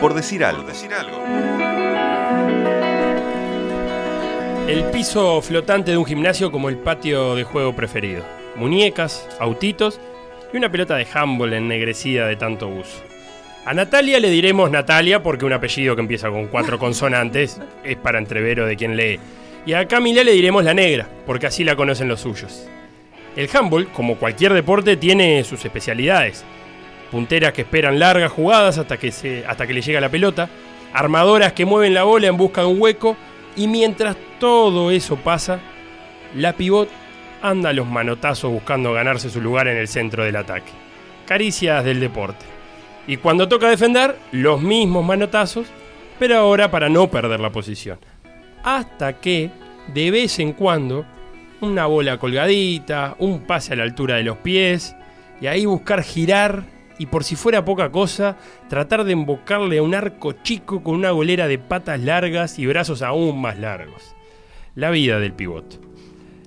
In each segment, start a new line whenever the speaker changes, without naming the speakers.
Por decir algo.
El piso flotante de un gimnasio como el patio de juego preferido. Muñecas, autitos y una pelota de handball ennegrecida de tanto uso. A Natalia le diremos Natalia porque un apellido que empieza con cuatro consonantes es para entrevero de quien lee. Y a Camila le diremos la negra porque así la conocen los suyos. El handball, como cualquier deporte, tiene sus especialidades. Punteras que esperan largas jugadas hasta que, se, hasta que le llega la pelota, armadoras que mueven la bola en busca de un hueco y mientras todo eso pasa, la pivot anda a los manotazos buscando ganarse su lugar en el centro del ataque. Caricias del deporte. Y cuando toca defender, los mismos manotazos, pero ahora para no perder la posición. Hasta que, de vez en cuando, una bola colgadita, un pase a la altura de los pies, y ahí buscar girar, y por si fuera poca cosa, tratar de embocarle a un arco chico con una golera de patas largas y brazos aún más largos. La vida del pivot.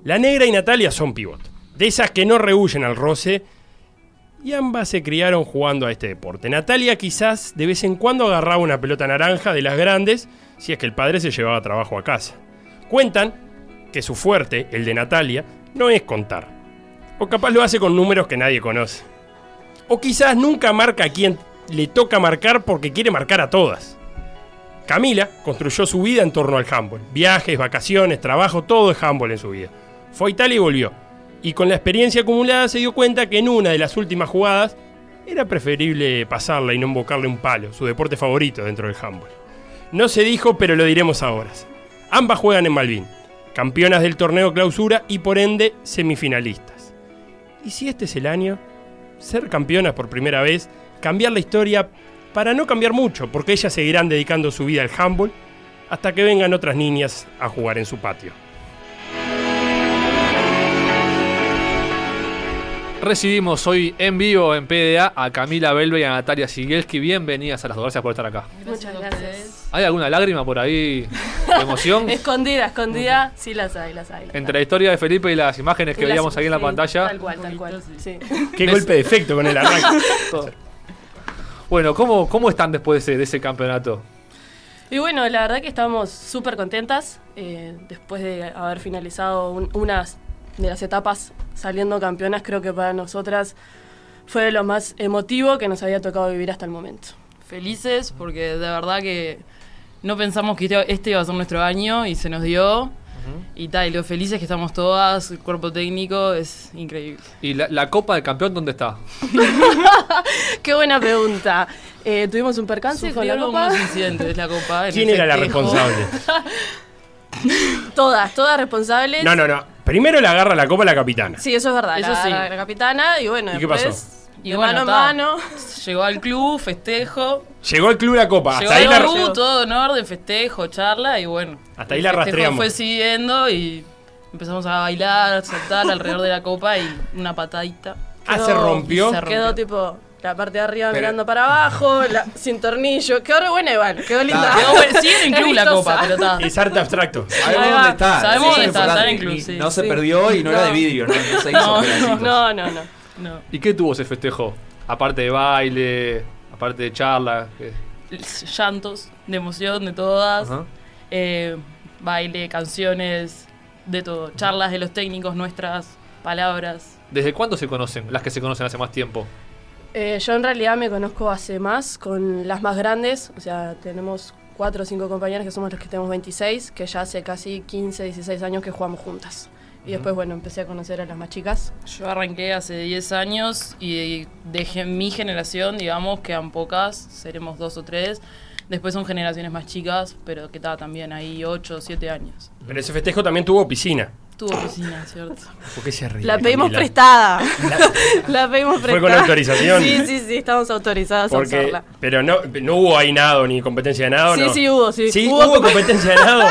La negra y Natalia son pivot, de esas que no rehuyen al roce, y ambas se criaron jugando a este deporte. Natalia quizás de vez en cuando agarraba una pelota naranja de las grandes, si es que el padre se llevaba trabajo a casa. Cuentan que su fuerte, el de Natalia, no es contar. O capaz lo hace con números que nadie conoce. O quizás nunca marca a quien le toca marcar porque quiere marcar a todas. Camila construyó su vida en torno al handball. Viajes, vacaciones, trabajo, todo es handball en su vida. Fue a Italia y volvió. Y con la experiencia acumulada se dio cuenta que en una de las últimas jugadas era preferible pasarla y no invocarle un palo, su deporte favorito dentro del handball. No se dijo, pero lo diremos ahora. Ambas juegan en Malvin, campeonas del torneo clausura y por ende semifinalistas. ¿Y si este es el año? Ser campeonas por primera vez, cambiar la historia para no cambiar mucho, porque ellas seguirán dedicando su vida al handball hasta que vengan otras niñas a jugar en su patio.
Recibimos hoy en vivo en PDA a Camila Belve y a Natalia Sigelski. Bienvenidas a las dos, gracias por estar acá.
Muchas gracias.
¿Hay alguna lágrima por ahí de emoción?
Escondida, escondida, sí las hay, las hay. las
Entre la historia de Felipe y las imágenes
hay.
que
Y las-
veíamos ahí en la
sí,
pantalla.
Tal cual, tal cual. Sí.
Qué
Nes-
golpe de efecto con el arranque.
todo. Bueno, ¿cómo, ¿cómo están después de ese, de ese campeonato?
Y bueno, la verdad que estamos súper contentas eh, después de haber finalizado un- unas de las etapas saliendo campeonas. Creo que para nosotras fue lo más emotivo que nos había tocado vivir hasta el momento.
felices porque de verdad que no pensamos que este- este iba a ser nuestro año y se nos dio. Y tal, y lo felices que estamos todas, el cuerpo técnico, es increíble.
¿Y la, la Copa del Campeón dónde está?
Qué buena pregunta. Eh, tuvimos un percance con la
Sufrieron
copa.
unos incidentes la copa. en
¿Quién
el
era la
festejo.
responsable?
Todas, todas responsables.
No, no, no. Primero la agarra la copa la capitana.
Sí, eso es verdad.
Eso
la,
sí.
la capitana y bueno,
¿Y qué
después,
pasó?
Y
de
bueno,
mano
ta.
a mano.
Llegó al club, festejo.
Llegó al club la copa. Hasta ahí
llegó
la,
al
re-
club, todo en orden, festejo, charla y bueno.
Hasta ahí
el
la
festejo
rastreamos.
fue siguiendo y empezamos a bailar, a saltar alrededor de la copa y una patadita.
Ah, se rompió.
se rompió.
Quedó tipo la parte de arriba
Pero-
mirando para abajo, la- sin tornillo. Quedó re buena igual, quedó linda.
Quedó bueno, sigue en el club la
Vistosa.
copa, pero está.
Es arte abstracto.
Sabemos
Ahí va.
dónde está.
Sabemos
eso es
dónde está, está
importante.
en el club,
Ni-
sí.
No se
Sí.
perdió y no, era de
No.
vidrio, no, no se hizo.
No,
pedacitos.
No, no, no.
No.
¿Y qué tuvo ese festejo? Aparte de baile, aparte de charla. eh, ¿qué?
llantos de emoción de todas,
Ajá.
eh, baile, canciones, de todo, charlas de los técnicos nuestras, palabras.
¿Desde cuándo se conocen? Las que se conocen hace más tiempo.
Eh, yo en realidad me conozco hace más con las más grandes, o sea, tenemos cuatro o cinco compañeras que somos los que tenemos 26, que ya hace casi 15, 16 años que jugamos juntas. Y después, bueno, empecé a conocer a las más chicas.
Yo arranqué hace 10 años y de gen- mi generación, digamos, quedan pocas, seremos dos o tres. Después son generaciones más chicas, pero que está también ahí 8 o 7 años.
Pero ese festejo también tuvo piscina.
Tuvo piscina, ¿cierto?
¿Por qué se ríe?
La pedimos
Camila?
prestada. La pedimos prestada.
Fue con autorización.
Sí, sí, sí, estamos autorizadas a
Porque,
usarla.
pero no, no hubo ahí nado ni competencia de nado,
Sí,
¿no?
sí, hubo, sí.
Sí,
Hubo
hubo competencia de nado.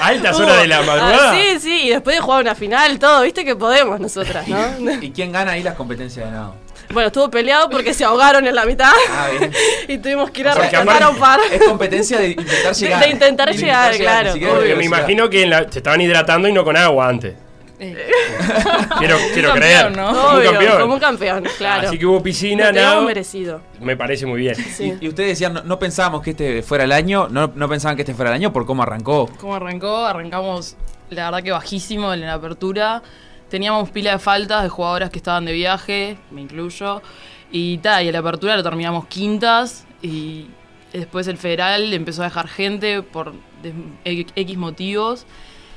A altas horas
Hubo-
de la madrugada.
Ah, sí, sí, y después de jugar una final, todo, viste que podemos nosotras, ¿no?
¿Y quién gana ahí las competencias de nado?
bueno, estuvo peleado porque se ahogaron en la mitad
Ah, bien.
y tuvimos que ir a
Porque
rescatar a un par.
Es competencia de intentar llegar.
de intentar llegar,
ni
claro,
siquiera
Porque
de
me
velocidad.
imagino que en la- se estaban hidratando y no con agua antes. Quiero, quiero
campeón,
creer.
¿no?
Como un
Obvio,
campeón. Ah,
como un campeón, claro.
Así que hubo piscina,
Lo tenemos
nado.
merecido.
Me parece muy bien.
Sí.
Y, y ustedes decían, no, no pensábamos que este fuera el año, no, no pensaban que este fuera el año por cómo arrancó.
¿Cómo arrancó? Arrancamos, la verdad que bajísimo en la apertura. Teníamos pila de faltas de jugadoras que estaban de viaje, me incluyo. Y ta, y a la apertura lo terminamos quintas. Y después el federal empezó a dejar gente por des- X motivos.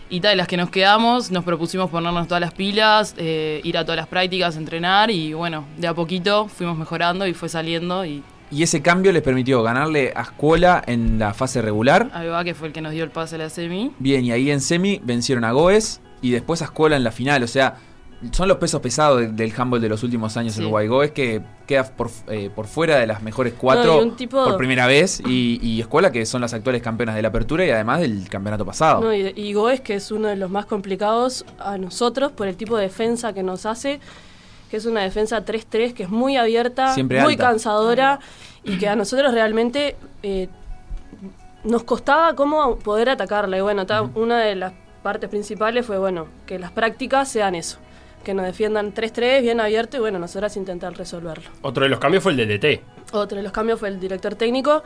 Y tal, las que nos quedamos, nos propusimos ponernos todas las pilas, eh, ir a todas las prácticas, entrenar y bueno, de a poquito fuimos mejorando y fue saliendo y
Y ese cambio les permitió ganarle a Escuela en la fase regular.
ahí va que fue el que nos dio el pase a la semi.
Bien, y ahí en semi vencieron a Goes y después a Escuela en la final. O sea, son los pesos pesados de- del handball de los últimos años
Sí.
en Uruguay. Goes que queda por, eh, por fuera de las mejores cuatro
No, y un tipo-
por primera vez. Y, y Escuela que son las actuales campeonas de la apertura y además del campeonato pasado.
No, y, y Goes, que es uno de los más complicados a nosotros por el tipo de defensa que nos hace, que es una defensa 3-3, que es muy abierta,
Siempre
muy
alta.
cansadora, y que a nosotros realmente eh, nos costaba cómo poder atacarla. Y bueno, ta- una de las partes principales fue, bueno, que las prácticas sean eso, que nos defiendan 3-3, bien abierto, y bueno, nosotras intentar resolverlo.
Otro de los cambios fue el del DT.
Otro de los cambios fue el director técnico.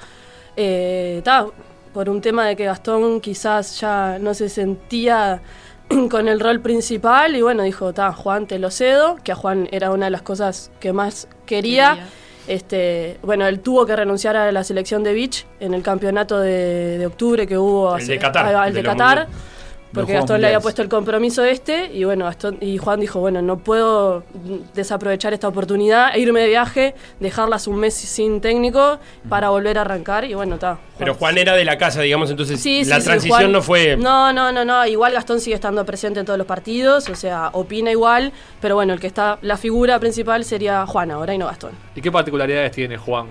Eh, ta, por un tema de que Gastón quizás ya no se sentía con el rol principal y bueno, dijo, ta, Juan, te lo cedo, que a Juan era una de las cosas que más quería.
Quería.
Este, bueno, él tuvo que renunciar a la selección de Beach en el campeonato de, de octubre que hubo
El de Qatar,
ahí va,
el
el
de
de
los
Qatar
mundiales.
Los
porque
Juegos
Gastón le había
Mundiales.
puesto el compromiso este y bueno, Gastón- y Juan dijo, bueno, no puedo desaprovechar esta oportunidad e irme de viaje, dejarlas un mes sin técnico para volver a arrancar y bueno, está.
Pero Juan era de la casa, digamos, entonces
Sí, sí,
la
sí,
transición
Juan-
no fue.
No, no, no, no, igual Gastón sigue estando presente en todos los partidos, o sea, opina igual, pero bueno, el que está la figura principal sería Juan ahora y no Gastón.
¿Y qué particularidades tiene Juan?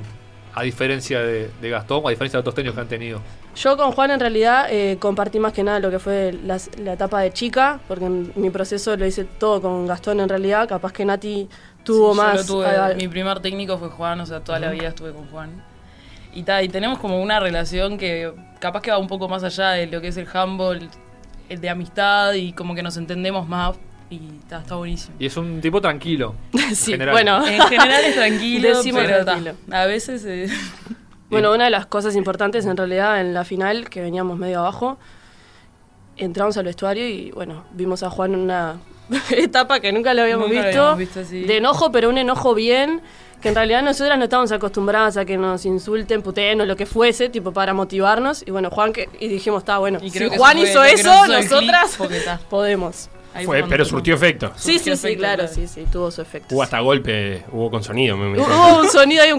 A diferencia de, de Gastón o a diferencia de otros técnicos que han tenido.
Yo con Juan en realidad eh, compartí más que nada lo que fue las- la, etapa de chica, porque en mi proceso lo hice todo con Gastón en realidad, capaz que Nati tuvo
Sí, yo
más...
lo tuve.
ah, ah,
Mi primer técnico fue Juan, o sea, toda la vida estuve con Juan. Y, ta, y tenemos como una relación que capaz que va un poco más allá de lo que es el handball, el de amistad y como que nos entendemos más y ta, está buenísimo.
Y es un tipo tranquilo. en
sí,
general.
bueno.
En general es tranquilo,
Decimos
pero ta,
tranquilo.
a veces eh,
Bueno, una de las cosas importantes en realidad en la final, que veníamos medio abajo, entramos al vestuario y bueno, vimos a Juan en una etapa que nunca lo habíamos
Nunca lo
visto,
habíamos visto así.
de enojo, pero un enojo bien, que en realidad nosotras no estábamos acostumbradas a que nos insulten, puteen o lo que fuese, tipo para motivarnos. Y bueno, Juan, que, y dijimos, está bueno,
Y
si
creo que
Juan
eso
hizo
fue lo que
eso,
nos hizo el clic,
nosotras
porque está.
podemos.
ahí
fue,
cuando-
pero surtió efecto.
Sí, sí,
Surtió
sí,
efecto,
claro,
claro.
sí, sí, tuvo su efecto.
Hubo hasta golpe, hubo con sonido. me- me-
Hubo un sonido ahí, un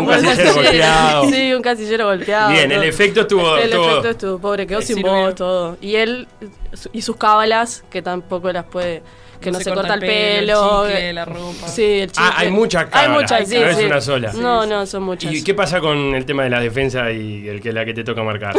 Un
por el
casillero golpeado.
Sí, un casillero golpeado.
Bien, el
todo.
efecto estuvo-
El
estuvo-
efecto estuvo, pobre, quedó
Le
sin
sirvió.
voz, todo. Y él, su- y sus cábalas, que tampoco las puede, que no, se, corta el pelo.
el
eh,
chicle, la ropa.
Sí, el chicle.
Ah, hay muchas
Hay
cábalas,
muchas, sí,
no es
sí.
una sola.
No, no, son muchas.
¿Y qué pasa con el tema de la defensa y el que la que te toca marcar?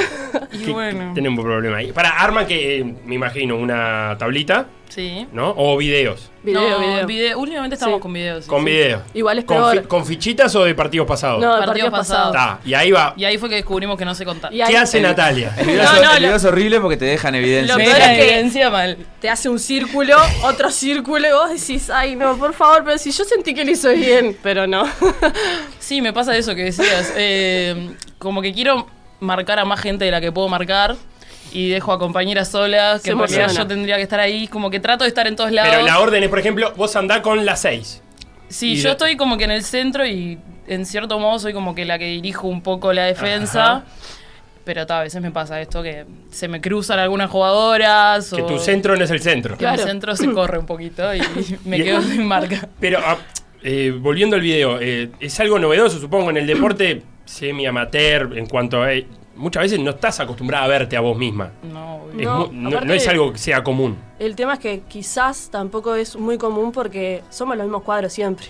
Y
¿Qué-
bueno.
Tenemos un problema ahí. Para arma que eh, me imagino una tablita,
Sí.
¿no? O videos.
Video,
No,
video.
video- Últimamente estamos
Sí.
con videos. sí,
Con
sí.
videos.
Igual es
¿Con,
peor.
fi- con fichitas o de partidos pasados?
No, el
Partido
partido
pasado.
pasado.
Está, y ahí va.
Y ahí fue que descubrimos que no se contaba.
Y ahí
¿Qué hace Natalia?
El video, es-
No, no,
el
lo-
video es horrible porque te dejan evidencia.
Lo
Me
peor
da
es que-
evidencia mal.
te hace un círculo, otro círculo, y vos decís, ay, no, por favor, pero si yo sentí que lo hizo bien, pero no.
Sí, me pasa eso que decías. Eh, como que quiero marcar a más gente de la que puedo marcar y dejo a compañeras solas, que
Se
en realidad
emociona.
yo tendría que estar ahí. Como que trato de estar en todos lados.
Pero la orden es, por ejemplo, vos andá con las seis.
sí,
y
yo
la-
estoy como que en el centro y en cierto modo soy como que la que dirijo un poco la defensa.
Ajá.
Pero ta, a veces me pasa esto que se me cruzan algunas jugadoras
Que
o
tu centro no es el centro.
que mi
Claro.
centro se corre un poquito y me
Y-
quedo sin marca.
Pero ah, eh, volviendo al video, eh, es algo novedoso, supongo, en el deporte semi-amateur, en cuanto a. eh, muchas veces no estás acostumbrada a verte a vos misma.
No,
Es
No,
mu- no,
aparte-
no es algo que sea común.
El tema es que quizás tampoco es muy común porque somos los mismos cuadros siempre.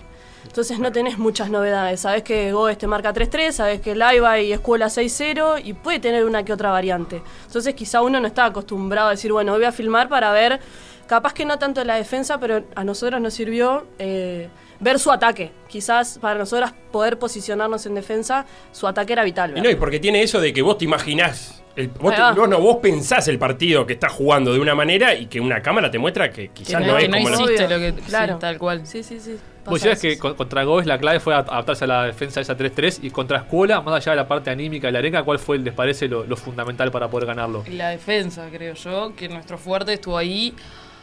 Entonces no tenés muchas novedades. Sabés que Goes te marca 3-3, sabés que Laiba y Escuela 6-0 y puede tener una que otra variante. Entonces quizá uno no está acostumbrado a decir, bueno, voy a filmar para ver, capaz que no tanto la defensa, pero a nosotros nos sirvió eh, ver su ataque. Quizás para nosotras poder posicionarnos en defensa, su ataque era vital.
Y
¿verdad?
no, y porque tiene eso de que vos te imaginás. el- vos,
Ahí
te-
va.
no, no, vos pensás el partido que estás jugando de una manera y que una cámara te muestra que
Que
quizás
no-
no
que
es
no
como lo-
hiciste
Obvio,
lo que. sí,
claro.
tal cual.
Sí, sí, sí.
Vos
pasa
decías que
eso.
con- contra Goes la clave fue adaptarse a la defensa esa 3-3 y contra Escuela, más allá de la parte anímica de la arenga, ¿cuál fue, les parece, lo, lo fundamental para poder ganarlo?
La defensa, creo yo, que nuestro fuerte estuvo ahí.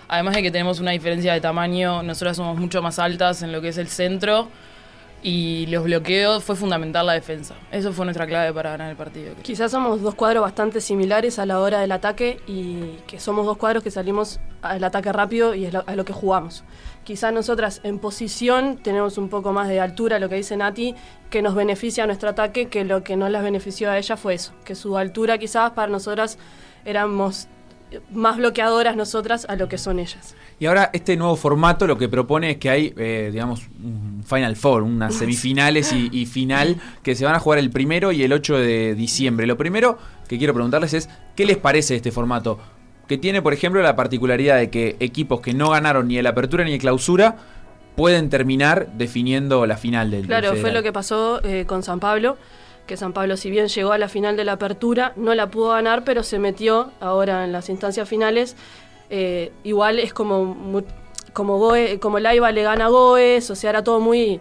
Además de que tenemos una diferencia de tamaño, nosotras somos mucho más altas en lo que es el centro. Y los bloqueos fue fundamental la defensa. Eso fue nuestra clave para ganar el partido. creo.
Quizás somos dos cuadros bastante similares a la hora del ataque y que somos dos cuadros que salimos al ataque rápido y es lo- a lo que jugamos. Quizás nosotras en posición tenemos un poco más de altura, lo que dice Nati, que nos beneficia a nuestro ataque, que lo que no las benefició a ella fue eso, que su altura quizás para nosotras éramos más bloqueadoras nosotras a lo que son ellas.
Y ahora este nuevo formato lo que propone es que hay, eh, digamos, un Final Four, unas semifinales y, y final que se van a jugar el primero y el 8 de diciembre. Lo primero que quiero preguntarles es, ¿qué les parece este formato? Que tiene, por ejemplo, la particularidad de que equipos que no ganaron ni el apertura ni el clausura pueden terminar definiendo la final del del
Claro, fue
federal.
lo que pasó eh, con San Pablo, que San Pablo si bien llegó a la final de la apertura, no la pudo ganar, pero se metió ahora en las instancias finales. Eh, igual es como mu- como Goe- como Laiva le gana a Goes, o sea, era todo muy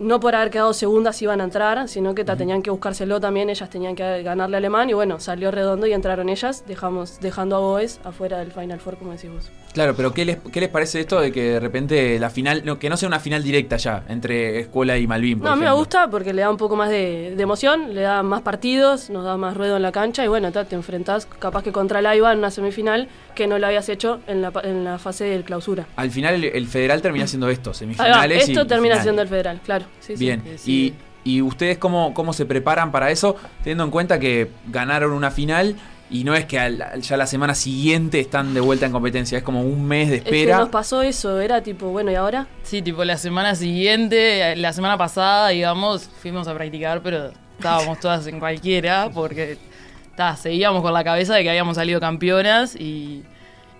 no por haber quedado segundas iban a entrar, sino que ta- tenían que buscárselo también, ellas tenían que ganarle a Alemán y bueno, salió redondo y entraron ellas, dejamos dejando a Goes afuera del Final Four, como decís vos.
Claro, pero ¿qué les, qué les parece esto de que de repente la final, no, que no sea una final directa ya entre Escuela y Malvin? por
No, a mí me
ejemplo?
gusta porque le da un poco más de, de emoción, le da más partidos, nos da más ruedo en la cancha y bueno, ta, te enfrentás capaz que contra el AIBA en una semifinal que no lo habías hecho en la, pa- en la fase de clausura.
Al final el, el federal termina siendo esto,
Ahí va,
semifinales. y-
esto
y
termina
final.
siendo el federal, claro. Sí, sí.
Bien,
sí.
Y, y ustedes cómo, cómo se preparan para eso, teniendo en cuenta que ganaron una final y no es que al- al- ya la semana siguiente están de vuelta en competencia, es como un mes de
Es que
espera.
nos pasó eso, era tipo, bueno, ¿y ahora?
Sí, tipo la semana siguiente, eh, la semana pasada, digamos, fuimos a practicar, pero estábamos todas en cualquiera, porque ta, seguíamos con la cabeza de que habíamos salido campeonas y,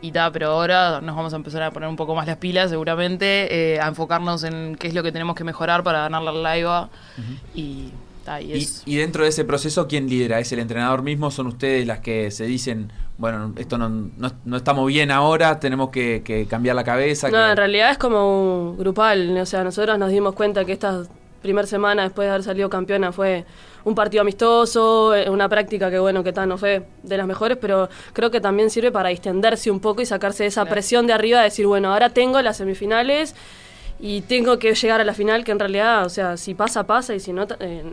y ta, pero ahora nos vamos a empezar a poner un poco más las pilas, seguramente, eh, a enfocarnos en qué es lo que tenemos que mejorar para ganar la laiva y, ta, y
y,
es-
y dentro de ese proceso, ¿quién lidera? ¿Es el entrenador mismo? ¿Son ustedes las que se dicen, bueno, esto no, no- no estamos bien ahora, tenemos que, que cambiar la cabeza?
No,
que-
en realidad es como un grupal. O sea, nosotros nos dimos cuenta que esta primera semana después de haber salido campeona fue un partido amistoso, eh, una práctica que, bueno, que tal no fue de las mejores, pero creo que también sirve para distenderse un poco y sacarse esa
Claro.
presión de arriba, de decir, bueno, ahora tengo las semifinales y tengo que llegar a la final, que en realidad, o sea, si pasa, pasa y si no. ta- eh,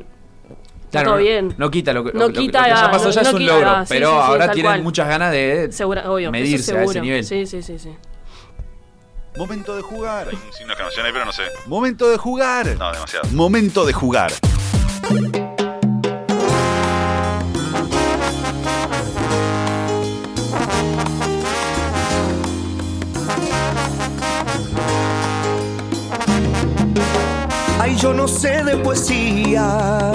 Claro,
todo
no-
bien.
No quita lo que,
No
lo- lo- lo
quita,
que ya
ah,
pasó,
no-
ya es
no
un
quita,
logro,
ah, sí,
pero
sí, sí,
ahora
tal
tienen
cual.
muchas ganas de
segura- obvio, eso
medirse a ese
seguro.
nivel.
Sí, sí, sí, sí.
Momento de jugar.
Sí, unas canciones, pero no sé.
Momento de jugar.
No, demasiado.
Momento de jugar.
Ay, yo no sé de poesía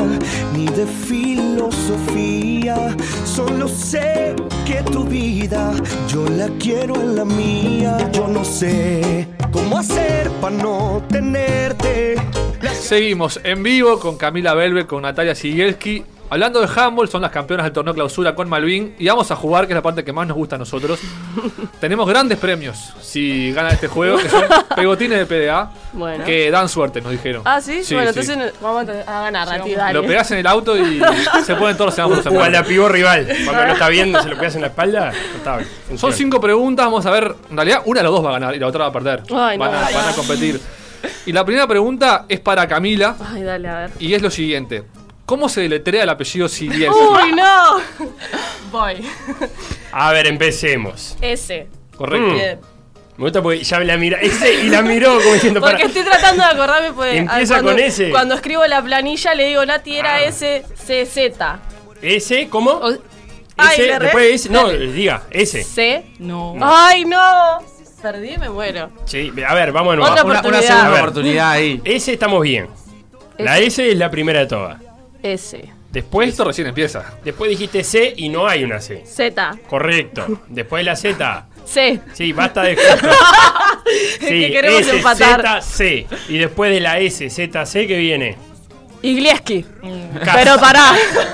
ni de filosofía, solo sé que tu vida yo la quiero en la mía. Yo no sé cómo hacer para no tenerte.
Seguimos en vivo con Camila Belve, con Natalia Sigielski. Hablando de handball, son las campeonas del torneo clausura con Malvin y vamos a jugar, que es la parte que más nos gusta a nosotros. Tenemos grandes premios si gana este juego, que son pegotines de PDA,
Bueno.
que dan suerte, nos dijeron.
Ah, sí, bueno,
sí.
entonces vamos a ganar, Nati, dale.
Lo pegás en el auto y se ponen todos los semáforos en
O al
verde.
apivo rival. Cuando no está viendo, se lo pegas en la espalda. No está bien. Funciona.
Son cinco preguntas, vamos a ver. En realidad, una de las dos va a ganar y la otra va a perder.
Ay, no.
van, a, van a competir. Y la primera pregunta es para Camila
Ay, dale, a ver.
y es lo siguiente: ¿Cómo se deletrea el apellido Sigielski?
¡Uy, no!
Voy.
A ver, empecemos. Mm.
Ese.
Hmm.
Correcto.
Bien.
Me gusta porque ya la mira. Ese y la miró como diciendo para.
Porque estoy tratando de acordarme. Pues,
Empieza
ah, cuando,
con ese.
Cuando escribo la planilla le digo, Nati era
Ah.
S, C, Z.
Ese, ¿cómo?
O-
Ese,
Ay, le erré.
después ese. No,
Dale.
diga, ese.
C.
No.
¡Ay, no! Perdí, me muero.
Sí, a ver, vamos de nuevo.
Otra
Una, una
oportunidad.
A
segunda
ver.
oportunidad ahí.
Ese estamos bien. La S es la primera de todas.
S.
Después,
Esto recién empieza.
después dijiste C y no hay una C.
Z.
Correcto. Después la Z.
C.
Sí, basta de justo.
que queremos empatar.
SZC. Y después de la SZC que viene.
Iglieski.
Cas.
Pero pará.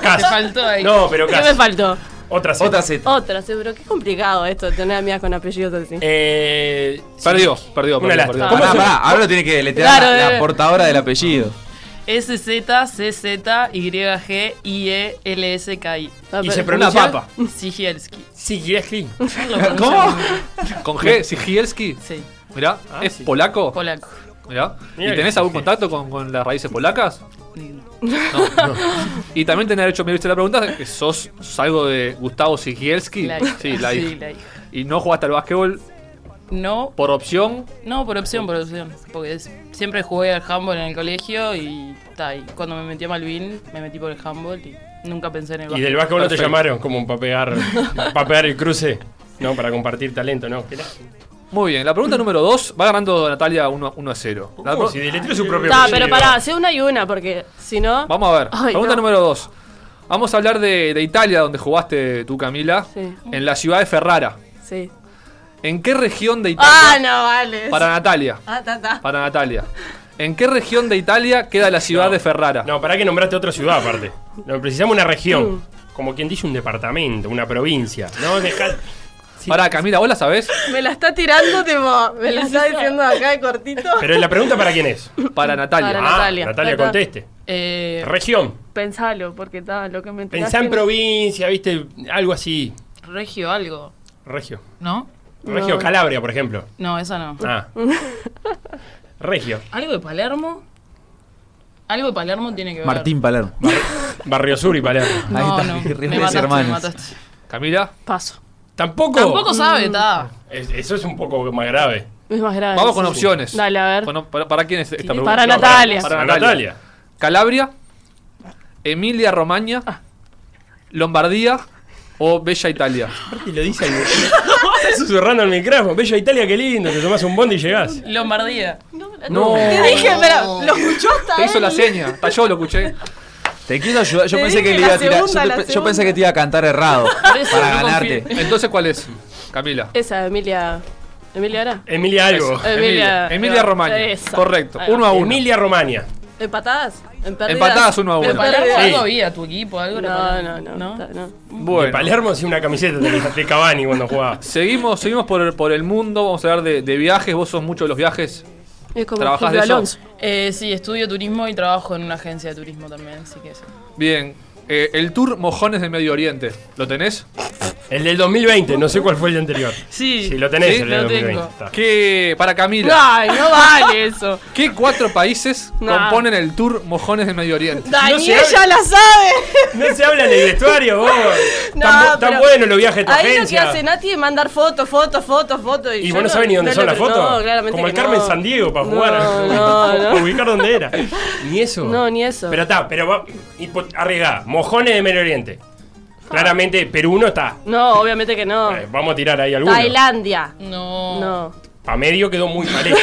Cas.
Te faltó ahí.
No, pero
¿Qué me
casi.
faltó?
Otra Z.
Otra Z.
Otra, seguro. Qué complicado esto, tener amigas con apellidos así.
Eh, sí.
Perdió, perdió,
Una
perdió.
lástima.
Pará,
¿Cómo se-
pará, ahora lo tiene que deletrear
Claro,
la- la,
eh.
portadora del apellido.
SZ, CZ, YG, IE, LSKI.
Y
Ah, pero-
se
Una
pronuncia.
papa.
Sigielski.
Sigielski.
¿Cómo? Con G, Sigielski.
Sí,
Mirá,
Ah,
es
sí.
polaco.
polaco.
Mirá.
Mirá
¿Y
que
tenés
sí,
algún
sí.
contacto con, con las raíces polacas?
No,
Y también tenés derecho a me viste la pregunta, que sos, sos algo de Gustavo Sigielski.
la hija.
Sí, la hija.
hija.
Y no jugaste al básquetbol
No,
por opción.
no, por opción, por opción. Porque es- siempre jugué al handball en el colegio y, ta, y cuando me metí a Malvin me metí por el handball y nunca pensé en el
Y
básquet.
del básquetbol no te
Perfecto.
llamaron como para pegar, para pegar el cruce. No, para compartir talento, no. ¿Qué lástima.
Muy bien, la pregunta número 2 va ganando Natalia 1 a 0. La
Como
pro-
si deletreó su propio
Ta,
apellido.
pero pará, sé una y una, porque si no.
Vamos a ver.
Ay,
Pregunta
no.
número 2. Vamos a hablar de, de Italia, donde jugaste tú, Camila.
Sí.
En la ciudad de Ferrara.
Sí.
¿En qué región de
Ah,
Italia?
no, vale.
Para Natalia.
Ah, ta, ta.
Para Natalia. ¿En qué región de Italia queda la ciudad
No.
de Ferrara?
No, para que nombraste otra ciudad aparte. No, precisamos una
Mm.
región. Como quien dice un departamento, una provincia. No, dejá- sí.
Pará, Camila, ¿vos la sabés?
Me la está tirando, tipo. Me la está diciendo acá de cortito.
Pero la pregunta para quién es.
Para Natalia.
Para
Ah,
Natalia.
Natalia.
Acá.
conteste.
Eh,
Región.
Pensalo, porque está lo que me
Pensá en
tiraste-
provincia, viste, algo así.
regio algo,
Regio.
¿no?
Regio
No.
Calabria, por ejemplo.
No, esa no.
Ah. Regio.
¿Algo de Palermo? Algo de Palermo tiene que ver.
Martín Palermo.
Barrio Sur y Palermo.
No,
Ahí está,
no,
River
me
es
mataste,
hermanos.
me mataste.
Camila,
Paso.
Tampoco.
Tampoco sabe,
Mm.
está.
Es- eso es un poco más grave.
Es más grave.
vamos con
Sí.
opciones.
Dale, a ver.
Con- para, para quién es esta pregunta?
Para
No,
Natalia.
Para,
A
Natalia.
Natalia.
Calabria, Emilia Romagna,
Ah.
Lombardía o Bella Italia.
Y lo dice Estás susurrando al micrófono. Bella Italia, qué lindo. Te tomás un bond y llegás.
Lombardía.
No,
Te dije, pero lo escuchó hasta
te hizo
él.
la seña. Hasta yo lo escuché.
Te quiso ayudar. Yo
Te
pensé que
dije
le iba
la
a tirar.
segunda,
yo, te-
la
yo
segunda.
pensé que te iba a cantar errado.
eso
para
no
ganarte.
confío.
Entonces, ¿cuál es? Camila.
Esa, Emilia. ¿Emilia ahora?
Emilia algo.
Esa. Emilia-
Emilia Romagna.
Esa.
Correcto.
Ahí va.
Uno a uno.
Emilia Romagna.
¿Empatadas? ¿En perdidas?
Empatadas uno a
Pero
uno.
Palermo
Sí.
algo había, tu equipo, algo era
No, no,
Palermo,
no. ta- no.
De Palermo sí una camiseta de, de Cavani cuando jugaba.
Seguimos, seguimos por, el, por el mundo, vamos a hablar de, de viajes, vos sos mucho de los viajes.
Es como
¿Trabajás
Julio
de eso?
Alonso.
Eh, sí, estudio turismo y trabajo en una agencia de turismo también, así que eso.
Bien, eh, el tour Mojones del Medio Oriente, ¿lo tenés?
El del 2020, no sé cuál fue el de anterior.
Sí,
Si lo tenés,
Sí,
el del
lo
2020.
tengo.
está.
¿Qué, para Camila,
Ay, no vale eso.
¿qué cuatro países
No.
componen el tour Mojones del Medio Oriente?
Dani,
No se
ella la sabe.
No se habla del vestuario, vos.
No,
tan, bu- tan
pero
bueno los viajes de tu
Ahí lo que
agencia.
hace Nati es mandar fotos, fotos, fotos, fotos.
y
yo
vos no sabés ni dónde
no
son
lo
las
creo-
fotos.
No, claramente
Como el
que
Carmen
no.
San Diego para
No,
jugar.
no, no.
Ubicar dónde era. Ni eso.
No, ni eso.
Pero está, pero va. hipo- Arriesgá. Mojones de Medio Oriente. Claramente, Perú no está.
No, obviamente que no.
Eh, vamos a tirar ahí alguno.
Tailandia.
No.
No.
Pa' medio quedó muy mal hecho.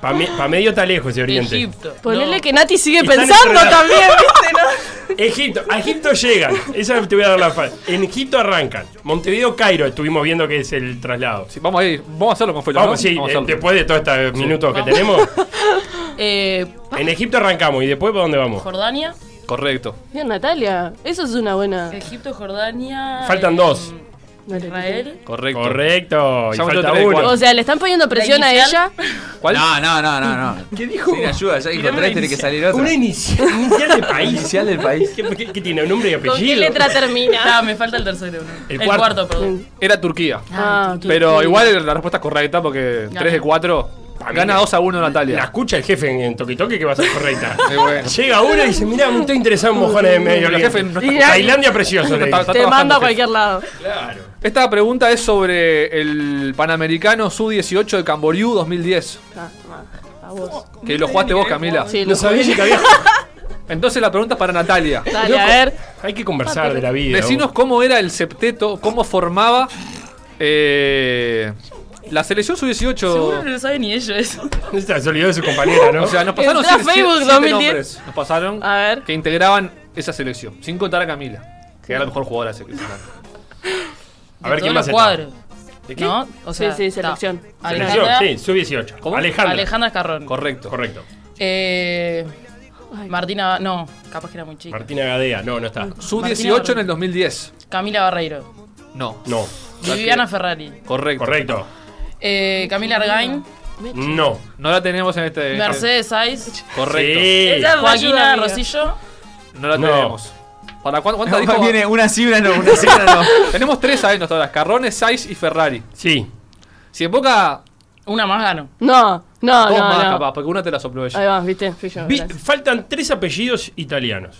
pa, me- pa' medio está lejos ese oriente.
Egipto.
Ponele
no.
que Nati sigue
Están
pensando
entrelazados.
también, ¿viste? ¿No?
Egipto, a Egipto llegan. Esa te voy a dar la fal. En Egipto arrancan. Montevideo, Cairo, estuvimos viendo que es el traslado.
Sí, vamos a ir, vamos a hacerlo con Felo,
Vamos,
¿no?
sí,
Vamos a
eh,
hacerlo.
después de todos estos minutos que tenemos.
Eh,
En Egipto arrancamos y después para dónde vamos.
Jordania.
Correcto.
Bien, Natalia. Eso es una buena.
Egipto, Jordania.
Faltan
eh,
dos.
Israel.
Correcto.
Correcto. Y
Ya
falta
encontré
uno.
cuatro.
O sea, le están poniendo presión a
inicial?
ella.
¿Cuál?
No, no, no, no, no. ¿Qué dijo? Sin ayuda, ya encontré, tiene que salir otra.
Una inicial, inicial de país.
Inicial del país.
¿Qué, qué- qué tiene? ¿Un nombre y apellido?
¿Con qué letra termina?
Ah, me falta el tercero. ¿no?
El
El,
cuarto.
cuarto. perdón.
Era Turquía.
Ah,
Pero igual la respuesta es correcta porque 3 de 4 gana 2 a 1
La
Natalia.
escucha el jefe en, en Toque Toque que va a ser correcta.
Eh, bueno.
Llega uno y dice, mirá, me estoy interesado en mojones de medio.
El
Oriente".
jefe no
está-
Tailandia precioso. le
Está-
dice.
está-
te mando
trabajando,
a cualquier lado.
Claro.
Esta pregunta es sobre el Panamericano Sub-18 de Camboriú 2010.
Ah, a vos.
Que lo jugaste vos, Camila.
Sí,
No
lo
sabía ni que había...
Entonces la pregunta es para Natalia.
Dale, a ver.
Hay que conversar de la vida.
Decinos cómo era el septeto, cómo formaba eh, la selección
Seguro no
Sub-18.
lo sabe ni ellos eso.
vos. Esta se olvidó de su compañera, ¿no?
O sea, nos pasaron
Entrá a
siete-
Facebook
siete
2010.
nombres. Nos pasaron
A ver.
que integraban esa selección. Sin contar a Camila, que era la mejor jugadora de esa selección.
a ver quién
De todos
más
los
está.
cuadros.
¿De qué?
¿No? O sea,
Sí, sí,
está.
selección.
Selección,
Alejandra,
sí, sub 18.
¿Cómo?
Alejandra.
Alejandra Escarrón.
Correcto.
Correcto.
Eh,
Ay,
Martina, no, capaz que era muy chica.
Martina Gadea. No, no está.
Sub
Martina
18 en
Barrera.
el 2010.
Camila Barreiro.
No.
No.
La
Viviana
que-
Ferrari.
Correcto.
Correcto.
Eh, Camila Argain.
No.
No la tenemos en este.
Mercedes Saiz.
Correcto.
Sí.
Esa- ayuda,
Joaquina
amiga.
Rosillo.
No la
No.
tenemos. ¿Para cuánto, cuántas dijo?
Viene una sí, una no, una sí, una no.
Tenemos tres adentro hasta ahora. Carrones, Saiz y Ferrari.
Sí.
Si en Boca,
Una más gano.
No, no,
dos más
no, no.
capaz, porque una te la sopló ella.
Ahí va, viste, fui yo.
Vi-
gracias.
faltan tres apellidos italianos.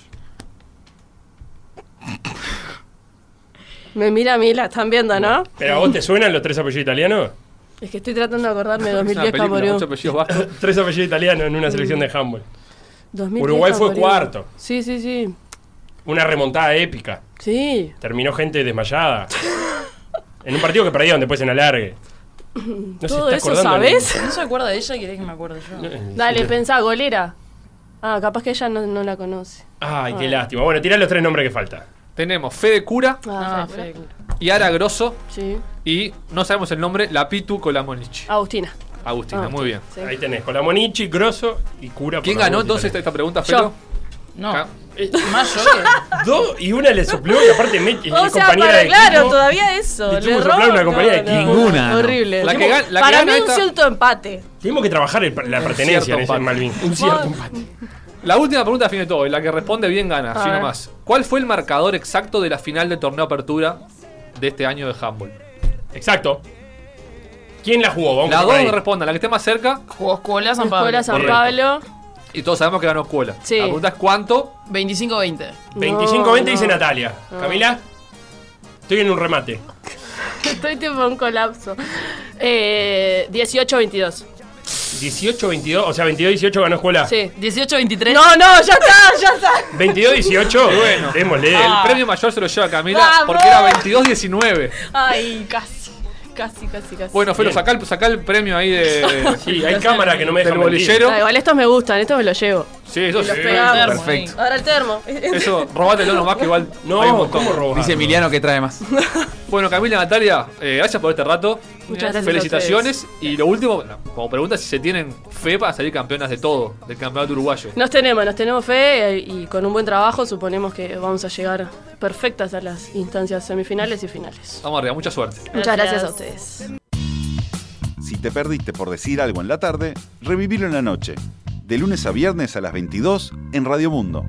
Me mira a mí, la están viendo, ¿no?
¿Pero a vos te suenan los tres apellidos italianos?
Es que estoy tratando de acordarme de
Es una
2010
película,
Caporiú.
muchos apellidos vascos.
Tres apellidos italianos en una selección de handball.
2010
Uruguay fue
Caporiú.
cuarto.
Sí, sí, sí.
Una remontada épica.
Sí.
Terminó gente desmayada. En un partido que perdieron después en alargue. No
Todo
está
eso,
acordando
¿sabés?
No se acuerda de ella, querés que me acuerde yo.
ni-
Dale, pensá, golera. Ah, capaz que ella no, no la conoce.
Ay, qué lástima. Bueno, tirá los tres nombres que faltan.
Tenemos Fede Cura,
Ah,
Ah,
Fede.
Yara Grosso
Sí.
y no sabemos el nombre, la Pitu Colamonich.
Agustina.
Agustina,
Ah.
muy bien.
Sí.
Ahí tenés, Colamonichi, Grosso y Cura. por
¿Quién
la
ganó
voz
entonces esta,
italiana.
esta pregunta,
Yo.
Felo?
No,
Acá.
más yo
este?
que-
Dos y una le sopló y aparte me, es
O sea,
compañera
para,
de
claro,
equipo.
todavía eso.
Le
Le
tuvimos que
robo-
soplar una compañía de equipo.
Ninguna, no.
Horrible.
La que gan- la que
para
gana
mí
esta-
un cierto empate.
Tuvimos que trabajar el- la pertenencia en, ese
cierto empate.
Malvin. Un cierto empate.
La última pregunta al fin de todo, y la que responde bien gana, así
ver.
nomás. ¿Cuál fue el marcador exacto de la final del torneo Apertura de este año de handball?
Exacto. ¿Quién la jugó? Vamos
La
por
dos
ahí.
que respondan, la que esté más cerca,
Jugó Escuela San Pablo.
Escuela San
Correcto.
Pablo.
y todos sabemos que ganó Escuela.
Sí.
La pregunta es cuánto.
25-20.
25-20
No,
dice
no.
Natalia. Camila, estoy en un remate.
Estoy tipo en un colapso. Eh, 18-22.
18-22, o sea, 22-18 ganó escuela.
Sí.
18-23.
No, no, ya está, ya está.
22-18, bueno, démosle.
Ah.
El premio mayor se lo lleva Camila
¡Vamos!
porque era 22-19.
Ay, casi. Casi, casi, casi.
Bueno, Felo,
Bien.
sacá el, sacá el premio ahí de.
Sí, hay cámara que no me
del
dejan
bolillero.
Ah, igual estos me gustan, estos me los llevo.
Sí, eso sí.
pegamos.
Perfecto.
Ahora el termo.
Eso, robátelo nomás que igual. hay un
No,
montón.
¿cómo robar?
Dice Emiliano que trae más.
Bueno, Camila, Natalia, eh, gracias por este rato.
Muchas gracias a
Felicitaciones. Y lo último, bueno, como pregunta, si se tienen fe para salir campeonas de todo, del campeonato uruguayo.
Nos tenemos, nos tenemos fe eh, y con un buen trabajo suponemos que vamos a llegar perfectas a las instancias semifinales y finales.
Vamos arriba, mucha suerte.
Muchas gracias a ustedes.
Si te perdiste por decir algo en la tarde, revivilo en la noche. De lunes a viernes a las 22 en Radio Mundo.